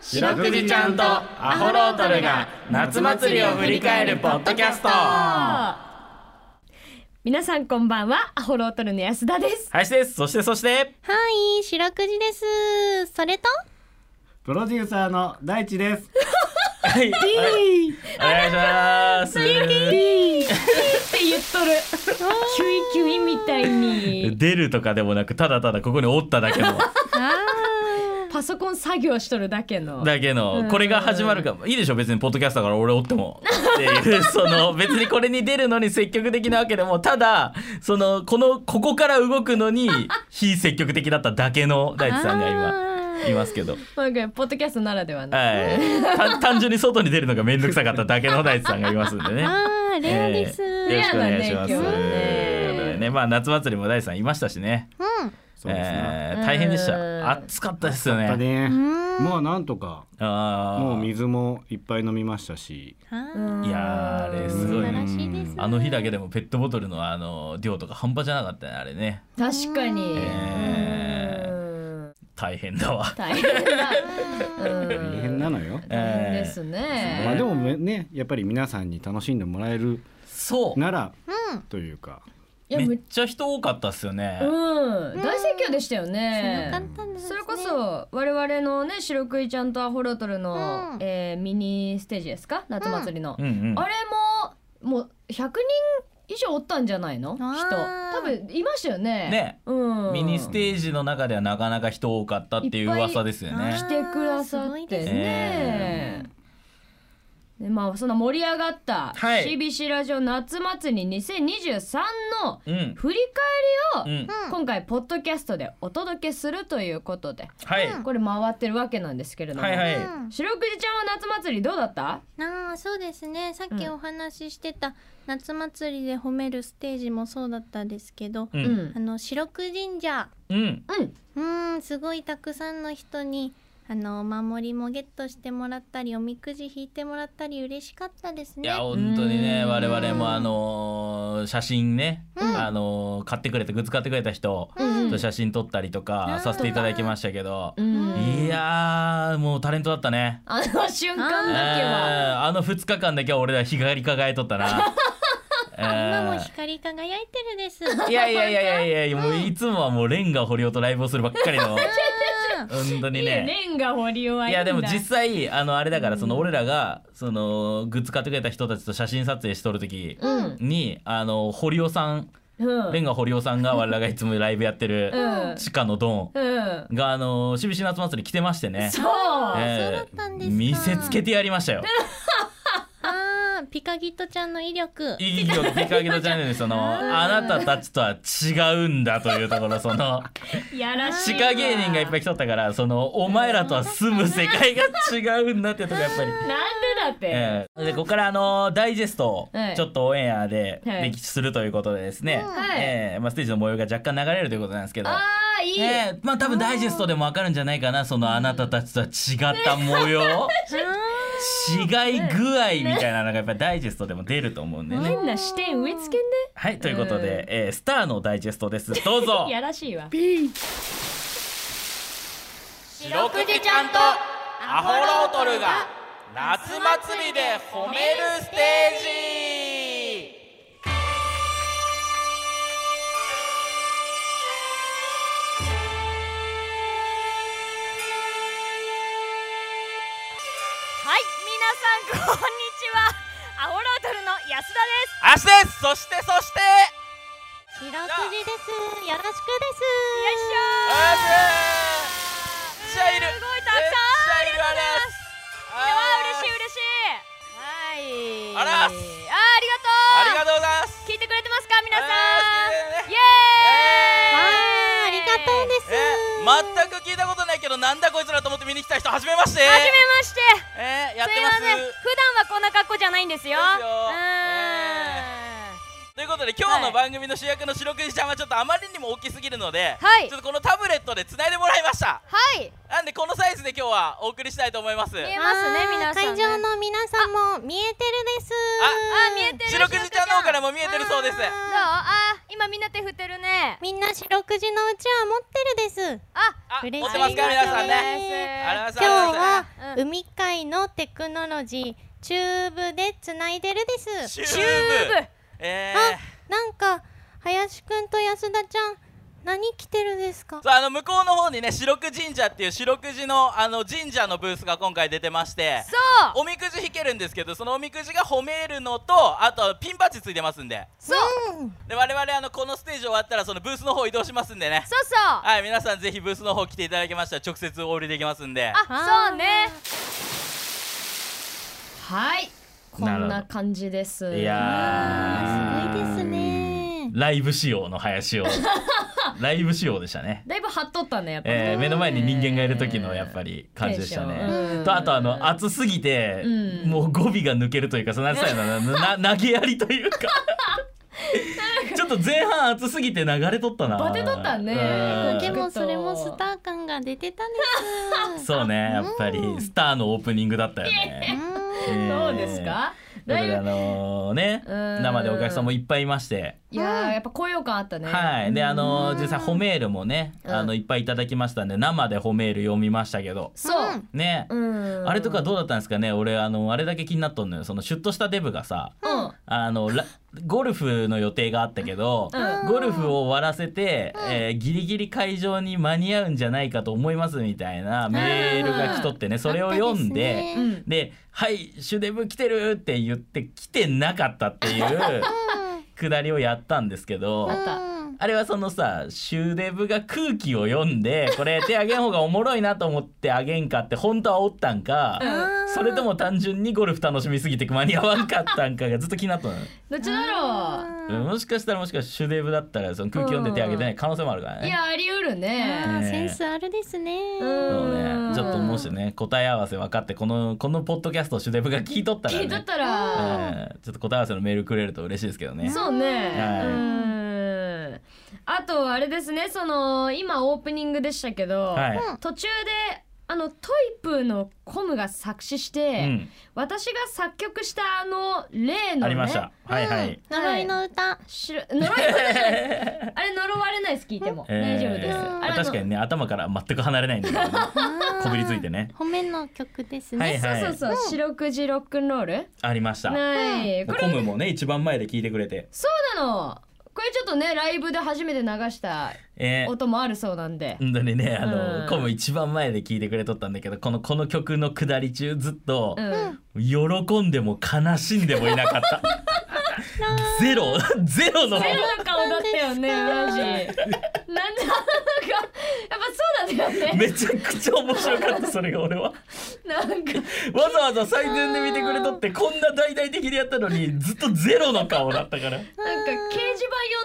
白くじちゃんとアホロートルが夏祭りを振り返るポッドキャスト皆さんこんばんはアホロートルの安田です林ですそしてそしてはい、白くじです。それと、プロデューサーの大地です。はいお願いしますピーって言っとるキュイキュイみたいに出るとかでもなくただただここにおっただけ のパソコン作業しとるだけのだけのこれが始まるかいいでしょ別にポッドキャストだから俺おって もっていうその別にこれに出るのに積極的なわけでもただそのこのここから動くのに非積極的だっただけの大地さんが今いますけどなんかポッドキャストならではのはい、単 単純に外に出るのが面倒くさかっただけの大地さんがいますんでね。あー、レアです。えーよろしくお願いします。レアだね今日はとねいうことでね、まあ夏祭りも大地さんいましたしね。うん。そうですね。えー大変でしうんた。暑かったですよやっぱね。ね、うんもうなんとか、あーもう水もいっぱい飲みましたし、あいやーあれすー、素ごい晴らね。しいです。あの日だけでもペットボトルのあの量とか半端じゃなかったねあれね。確かに、えーうん大変だわ。大変だ大変なのよ。大変ですね、まあでもね、やっぱり皆さんに楽しんでもらえるそう。ならうん。というか、いやめむっちゃ人多かったっすよね。うん大盛況でしたよね簡単ですね。それこそ我々のね白クイちゃんとアホロトルの、うんえーミニステージですか夏祭りの、うんうん。あれももう100人以上おったんじゃないの人あー多分いましたよねね、うん、ミニステージの中ではなかなか人多かったっていう噂ですよね来。てくだあさーすごっいてですねねでまあその盛り上がったはい CBC ラジオ夏祭り2023のうん。振り返うりをん。今回ポッドキャストでお届けするということではい。これ回ってるわけなんですけれども、はいはうい。ん。白くじちゃんは夏祭りどうだったああ、そうですね。さっきうんお話ししてた夏祭りで褒めるステージもそうだったんですけど、う。うんあの白く神社、うん。うんうん、すごいたくさんの人に。あのお守りもゲットしてもらったりおみくじ引いてもらったり嬉しかったですいね。や、本当にね、うん我々もあのー写真ね、あのー買ってくれた、グッズ買ってくれた人うんと写真撮ったりとかさせていただきましたけどう、んいやー、もうタレントだったね。あの瞬間えだけはーあの2日間だけは俺ら日帰り輝いとった な。え今もー光り輝いてるです。いやいやいやいやいや、もういつもはもうレンガ掘り音ライブをするばっかりの、本当にね。レンガ掘りはいいいんだやでも実際あのあれだからその俺らがそのグッズ買ってくれた人たちと写真撮影しとる時うんにあの堀尾さんうんレンガ堀尾さんが我らがいつもライブやってるうん地下のドうんンがあのしびし夏祭り来てましてねそうえーそうだったんですか見せつけてやりました よ。ああ、ピカギットちゃんの威力。いいよ、ピカゲドチャンネルでそ の、あなたたちとは違うんだというところ、その、やらし地い下芸人がいっぱい来とったから、その、お前らとは住む世界が違うんだってとこやっぱり。なんでだって、ええでここからあのダイジェストをはいちょっとオンエアではい歴史するということでですね、はいええまあ、ステージの模様が若干流れるということなんですけど。ああいい、ええまあ多分ダイジェストでもわかるんじゃないかなそのあなたたちとは違った模様違い具合みたいなのがやっぱりダイジェストでも出ると思うんでね。変な視点植え付けんはいということで、ええスターのダイジェストですどうぞねやらしいわ白くじちゃんとアホロートルが夏祭りで褒めるステージはい、皆さんこんにちは。アホロートルの安田です。足ですそしてそして白くじです。よろしくです。足すごいたくさんありがとうございます。あいやー嬉しい嬉しい。はい。あらっすあーりありががとう。とうございます聞いてくれてますか皆さあー聞ん。いてくれてねイエーイ。あーありがたいです。え全く聞いたことないけどなんだこいつらと思って見に来た人初めましてはじめまして。えー、やっすていまますせん。普段はこんな格好じゃないんですよ。そうですようーんということで今日の番組の主役の白くじちゃんはちょっとあまりにも大きすぎるので、はいちょっとこのタブレットで繋いでもらいましたはい。なんでこのサイズで今日はお送りしたいと思います見えますね皆さん会ね。場の皆さんも見えてるです。ああ見えてる。白くじちゃんの方からも見えてるそうですどうあー今みんな手振ってるねみんな白くじのうちは持ってるです。ああ、持嬉しいってますか皆さんねねありが今日とうございますはうんうん海海のテクノロジーチューブでつないでるですチューブチューブえあなんか林くんと安田ちゃん何着てるんですかー、さああの向こうの方にね白く神社っていう白くじのあの神社のブースが今回出てましてそうおみくじ引けるんですけどそのおみくじが褒めるのとあとピンバッジついてますんでそう、ん、で我々あのこのステージ終わったらそのブースの方移動しますんでねそうそうはい皆さんぜひブースの方来ていただけましたら直接お売りできますんであそうねはいこんな感じですいやすごいですねーライブ仕様の林 をライブ仕様でしたね、だいぶ張っとったねやっぱり、えー目の前に人間がいる時のやっぱり感じでしたテンシねョンうんとあとあの暑すぎて、うんもう語尾が抜けるというかその暑さや なな投げやりというかちょっと前半暑すぎて流れとったなバテとったねうんでもそれもスター感が出てたんですそうねやっぱうりんスターのオープニングだったよね、うえーどうですかというこだいとであぶのねうん生でお客さんもいっぱいいましていやーやっぱ高揚感あったねはいであの実際ホメールもねうんあのいっぱいいただきましたんで生でホメール読みましたけどそう、ねうん、あれとかどうだったんですかね俺あのあれだけ気になっとんのよそのシュッとしたデブがさうんあの ラゴルフの予定があったけど、うんゴルフを終わらせて、えーギリギリ会場に間に合うんじゃないかと思いますみたいなメールが来とってねそれを読んで。うんで「はいシュデブ来てる!」って言って来てなかったっていう くだりをやったんですけど、あったあれはそのさシュデブが空気を読んでこれ手あげん方がおもろいなと思ってあげんかって本当はおったんか、それとも単純にゴルフ楽しみすぎて間に合わんかったんかがずっと気になったのよ。どっちだろうんもしかしたらもしかしたらシュデブだったらその空気読んで手あげてない可能性もあるからういね。やあり得るねねセンスあるですねうんそうね、ちょっともしね答え合わせ分かってこのこのポッドキャストをシュデブが聞いとったら聞いとっね、たら、えーちょっと答え合わせのメールくれると嬉しいですけどね。そうね、はいうんあとあれですねその今オープニングでしたけど、はい、途中であのトイプーのコムが作詞して、うん、私が作曲したあの例の、ね、ありました。はいはい。呪いの歌しろ 呪いの歌じゃないですあれ呪われないです聞いても、大丈夫です、えーあれあの確かにね頭から全く離れない んだけどね、こびりついてね褒めの曲ですはねいそうそうそう、白くじロックンロールありました。もはい、うこれコムもね一番前で聞いてくれて、そうなのこれちょっとねライブで初めて流したえー音もあるそうなんで、本当にねあの、うんコム一番前で聞いてくれとったんだけどこのこの曲の下り中ずっとう、ん喜んでも悲しんでもいなか ったゼロ ゼロのまゼロの顔だったよねマジなんでなんかやっぱそうだったよまねめちゃくちゃ面白かったそれが俺はなんかわざわざ最善で見てくれとってこんな大々的にやったのにずっとゼロの顔だったから。なんか掲示板読ん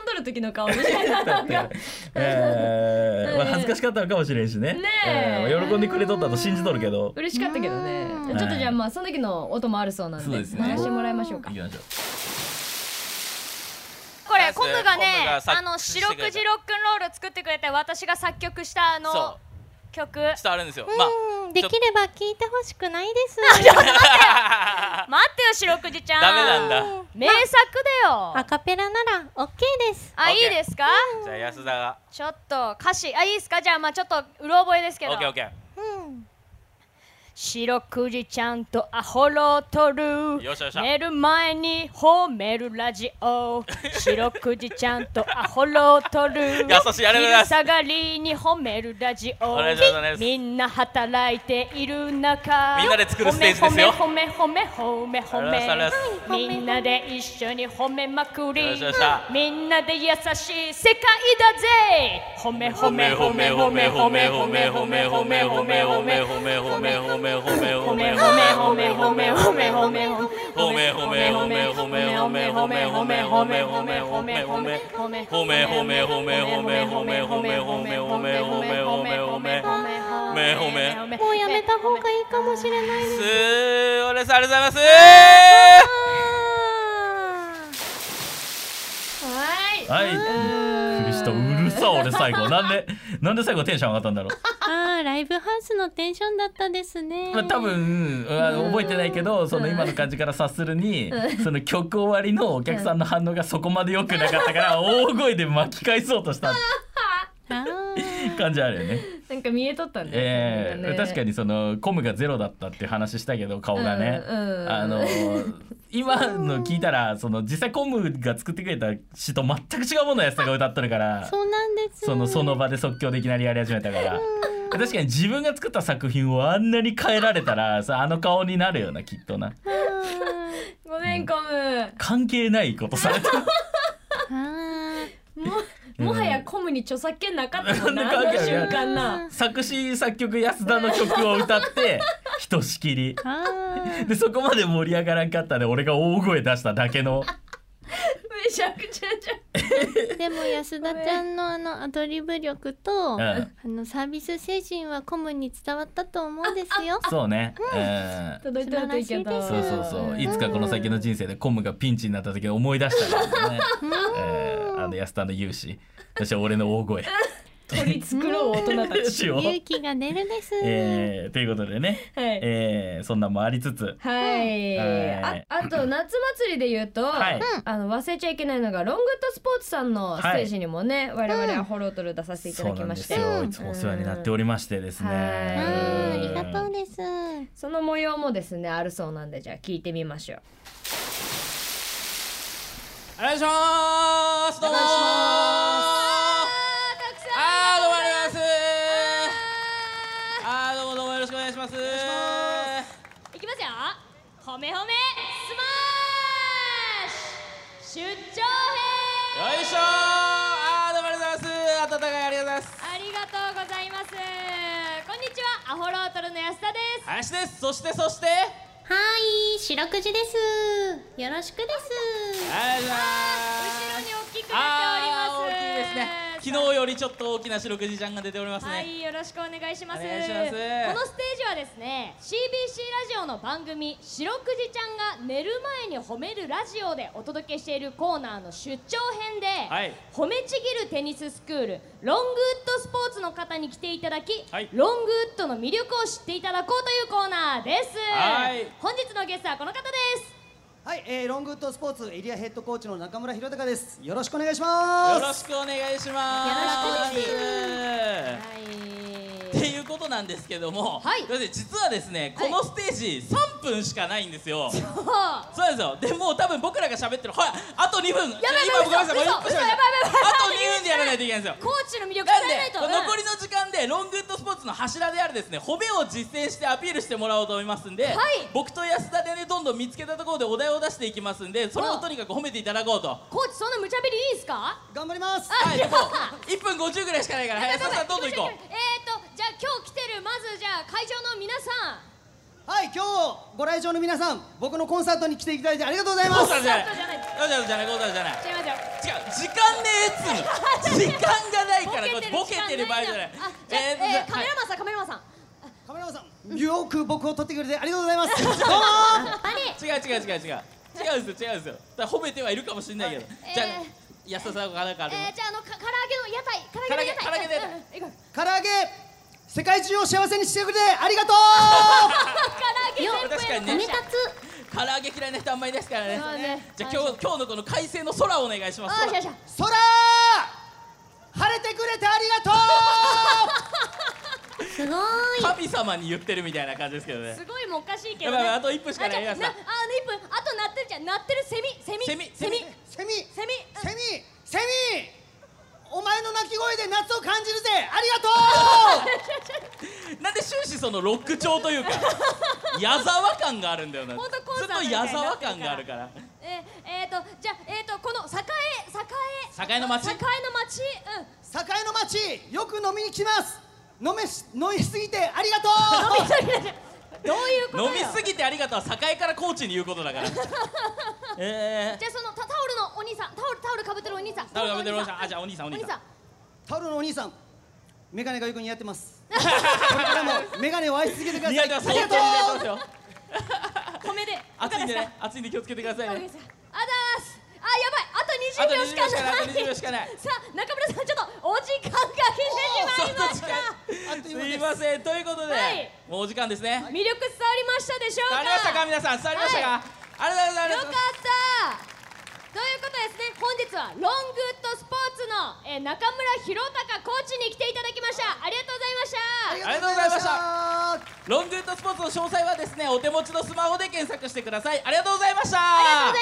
どる時の顔み たいなだってえーまあ、恥ずかしかったのかもしれんしねねええー喜んでくれとったと信じとるけど嬉しかったけどねちょっとじゃあまあその時の音もあるそうなんでそうですね流してもらいましょうかいきましょうこれコムがねコムが作あの詞して白くれたくじロックンロール作ってくれて私が作曲したあその曲うしたあるんですよまあうんできれば聞いてほしくないです待ってよ白くじちゃんダメなんだ名作だよアカペラなら OK ですあ OK いいですかじゃあ安田がちょっと歌詞あいいですかじゃあまあちょっとうろ覚えですけオどッケーオッケうん白くじちゃんとアホロトルーよっしゃよっしゃ寝る前に褒めるラジ オ白くじちゃんとアホロトル優しいありがとうございます昼下がりに褒めるラジオお願いしますお願いしますみんな働いている中みんなで作るステージですよ褒め褒め褒め褒め褒ありがめとうみんなで一緒に褒めまくよっりしゃよっしゃみんなで優しい世界だぜ褒め褒め褒め褒め褒め褒め褒め褒め褒め褒め褒め褒め褒め褒め褒め褒め褒め褒め褒め褒め褒め褒め褒め褒め褒め褒め褒め褒め褒め褒め褒め褒め褒め褒め褒め褒め褒め褒め褒め褒め褒め褒め褒め褒め褒もうやめた方がいいかもしれないですすーおれさんありがとうございはいはいびっくりしたうるさ俺最後なんでなんで最後テンション上がったんだろ う、あーライブハウスのテンションだったですねまあ、多分あの覚えてないけどその今の感じから察するにその曲終わりのお客さんの反 応がそこまで良くなかったから大声で巻き返そうとしたあー感じあるよね。なんか見えとったんだよええね確かにそのコムがゼロだったって話したけど顔がね、うんうんあの今の聞いたらその実際コムが作ってくれた詩と全く違うものを安田が歌っとるからそうなんですそのその場で即興でいきなりやり始めたから確かに自分が作った作品をあんなに変えられたらさあの顔になるよなきっとなごめんコム関係ないことされ てるあうんもはやコムに著作権なかったもんななんあかのあるよね瞬間な作詞作曲安田の曲を歌ってひとしきりーあでそこまで盛り上がらんかったで俺が大声出しただけの。めちゃくちゃじゃんーでも安田ちゃんのあのアドリブ力と、うんあのサービス精神はコムに伝わったと思うんですよ そうね。うん。届いたといいけど素そうそうそう。いつかこの先の人生でコムがピンチになった時思い出したからね。えーあの安田の勇姿。そして俺の大声。取り繕う大人た ちしよう勇気が出るです、えーということでね。はいえーそんなんもありつつ。はい、はいああと夏祭りで言うと、はいあの忘れちゃいけないのがロングッドスポーツさんのステージにもね、我々はフォロートル出させていたそだうきなんまでしすてよ。いつもお世話になっておりましてですね。うあんーありがとう。うんですその模様もですねあるそうなんでじゃあ聞いてみましょうお願いしますどうもーあーどうもありがとうございますあーどうもどうもよろしくお願いしますいきますよほめほめスマッシュ出張編よいしょーあーどうもありがとうございます温かいありがとうございますありがとうございますこんにちはアホロートルの安田です林ですそしてそしてはい白くじですよろしくですありがとうござい後ろますに大きくあなっておりますー大きいですね昨日よりちょっと大きな白くじちゃんが出ておりますね、はい、よろしくお願いします。お願いしまこすのステージはですね、CBC ラジオの番組白くじちゃんが寝る前に褒めるラジオでお届けしているコーナーの出張編で、はい褒めちぎるテニススクールロングウッドスポーツの方に来ていただき、はいロングウッドの魅力を知っていただこうというコーナーです。はい本日のゲストはこの方です。はい、えー、ロングウッドスポーツエリアヘッドコーチの中村弘隆です。よろしくお願いします。よろしくお願いしますよろしくすっていうことなんですけども、はいだって実はですね、はいこのステージ3分しかないんですよ。はそうですよ。でもう多分僕らが喋ってる、ほら、あと2分。やばばい今ごめんなさい、もう嘘一分しか嘘やばいやばいやばいあと2分でやらないといけないんですよい、。コーチの魅力伝なんでえないと。残りの時間でロングウッドスポーツの柱であるですね褒めを実践してアピールしてもらおうと思いますんで、僕と安田でねどんどん見つけたところでお題を出していきますんでそれをとにかく褒めていただこうとはコーチそんな無茶ぶりいいですか？頑張ります。いでも1分50ぐらいしかないからや安ばいやば田さいんどんどん行こえーとじゃあ今日来てるまずじゃあ会場の皆さんはい、今日ご来場の皆さん、僕のコンサートに来ていただいてありがとうございうまコーす。タじゃないコータじゃないコータじゃないコータじゃな違いいますよ違う時間で 打つの時間がないからこっちボケてる場合じゃないあじゃあ、えーカメはいラマンさんカメラマンさんカメラマンさん、よく僕を撮ってくれてありがとうござい ます。どうも違う違う違う違う違うんですよ違うんですよだから褒めてはいるかもしれないけど、いじゃあ、え安田さんがなんかあるえー、じゃああのか唐揚げの屋台唐揚げの屋台唐揚げ唐揚げの屋台うんうん行こー。唐揚げ、世界中を幸せにしてくれてありがとう唐揚げ確かに全ね部への感謝唐揚げ嫌いな人あんまりですからねそうねじゃあ今日今日のこの快晴の空をお願いしますあーしゃしゃう。空、晴れてくれてありがとすごい神様に言ってるみたいな感じですけどねすごいもうおかしいけやど、ばいね、やばあいあと1分しかないじゃあやつなあだの一分あと鳴ってるじゃん鳴ってるセミセミセミセミセミう。セミ、セミうんセミ、セミ、お前の鳴き声で夏を感じるぜ。ありがとう。 なんで終始そのロック調というか矢沢感があるんだよなずほんとコンサーっトとみたい矢にな沢ってるから感があるからえー、えー、とじゃあえー、とこの栄栄栄の街栄の街うん栄の町よく飲みに来ます飲めし 飲みすぎてありがとうどういうことよ飲みすぎてありがとうは栄からコーチに言うことだ からえじゃあそのタタオルのお兄さんタオルタオルかぶってるお兄さんータオルかぶってるお兄さタんあじゃあお兄さんおオル兄のおさ兄さんんタオルのお兄さんメガネがよく似合っ てますこれからもメガネを愛し続けてください似合ってます本あり当がに似合とうってますよ米で暑いんでね暑いんで気をつけてくださあいだねーすあやばいあと20秒しかないあと20秒しかないあと20秒しかないさあ中 村さんちょっとお時間が来てしまいましそうそうた近いあっとすいう間でいすませんということで、はいもうお時間ですね、魅力伝わりましたでしょう伝かわりましたか皆さん伝わりましたか、はいありがとうございよますかったということですね本日はロングウッドスポーツの、えー中村弘隆コーチに来ていただきましたありがとうございましたありがとうございましたありがとうございましたロングウッドスポーツの詳細はですねお手持ちのスマホで検索してくださいありがとうございましたあり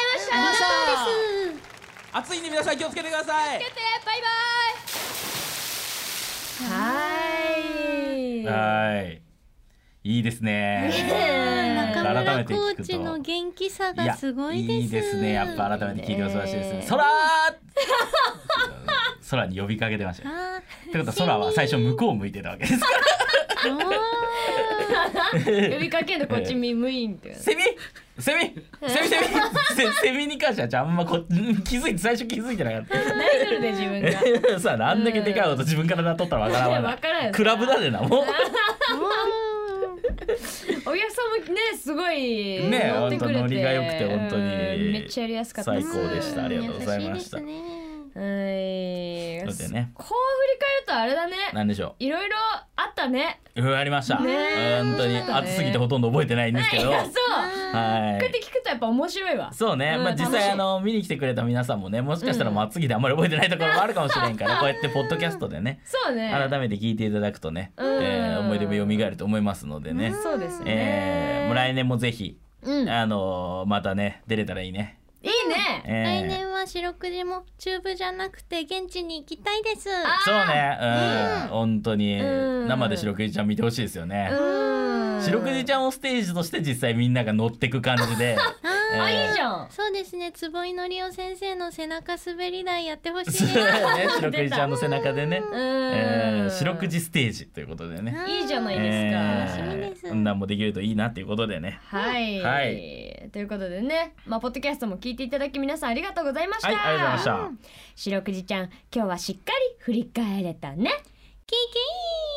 がとうございました暑いんで皆さん気をつけてくださいつけてバイバイはいはいいいです ね中村コ改めて聞くーとチの元気さいがすごいですいいですねやっぱ改めて聞いても素晴らしいですねね空 空に呼びかけてましたよあってことは空は最初向こう向いてたわけですかーらおー呼びかけるこっち見向いんってセミセミセミセ ミセセミに関してはじゃああんまこ気づいて最初気づいてなかった大丈夫で自分が さああんだけでかい音自分からなっとったらわからんわいやわからんよクラブだでなもうお客さんもねすごいね乗ってくれてほんとノリが良くてほんとにうんめっちゃやりやすかった最高でしたありがとうございました優しいですねはいそうだよねこう振り返るとあれだねなんでしょいろいろあったねういろいろありましたねえ本当にそうだね暑すぎてほとんど覚えてないんですけど いやそうこはうやっいて聞くとやっぱ面白いわそうね、うんまあ実楽し際いあの見に来てくれた皆さんもねもしかしたらもう暑すぎてあんまり覚えてないところもあるかもしれんから、こうやってポッドキャストでねそうね改めて聞いていただくとね、うんえー思い出も蘇ると思いますのでね、そうですねえーもう来年もぜひ、うんあのーまたね出れたらいいね。いいねえー来年は四六時もチューブじゃなくて現地に行きたいですそうね、うん、本当にうん生で白くじちゃん見てほしいですよね。うん白くじちゃんをステージとして実際みんなが乗ってく感じで、えーあいいじゃんそうですね坪井のりお先生の背中滑り台やってほしいですそう ね、白くじちゃんの背中でね、うんえー、白くじステージということでね。いいじゃないですか楽しみえですー、こんなんもできるといいなっていうことでね。はい、はということでね、まあ、ポッドキャストも聞いていただき皆さんありがとうございました、はい、ありがとうございました。白くじちゃん今日はしっかり振り返れたねキキーン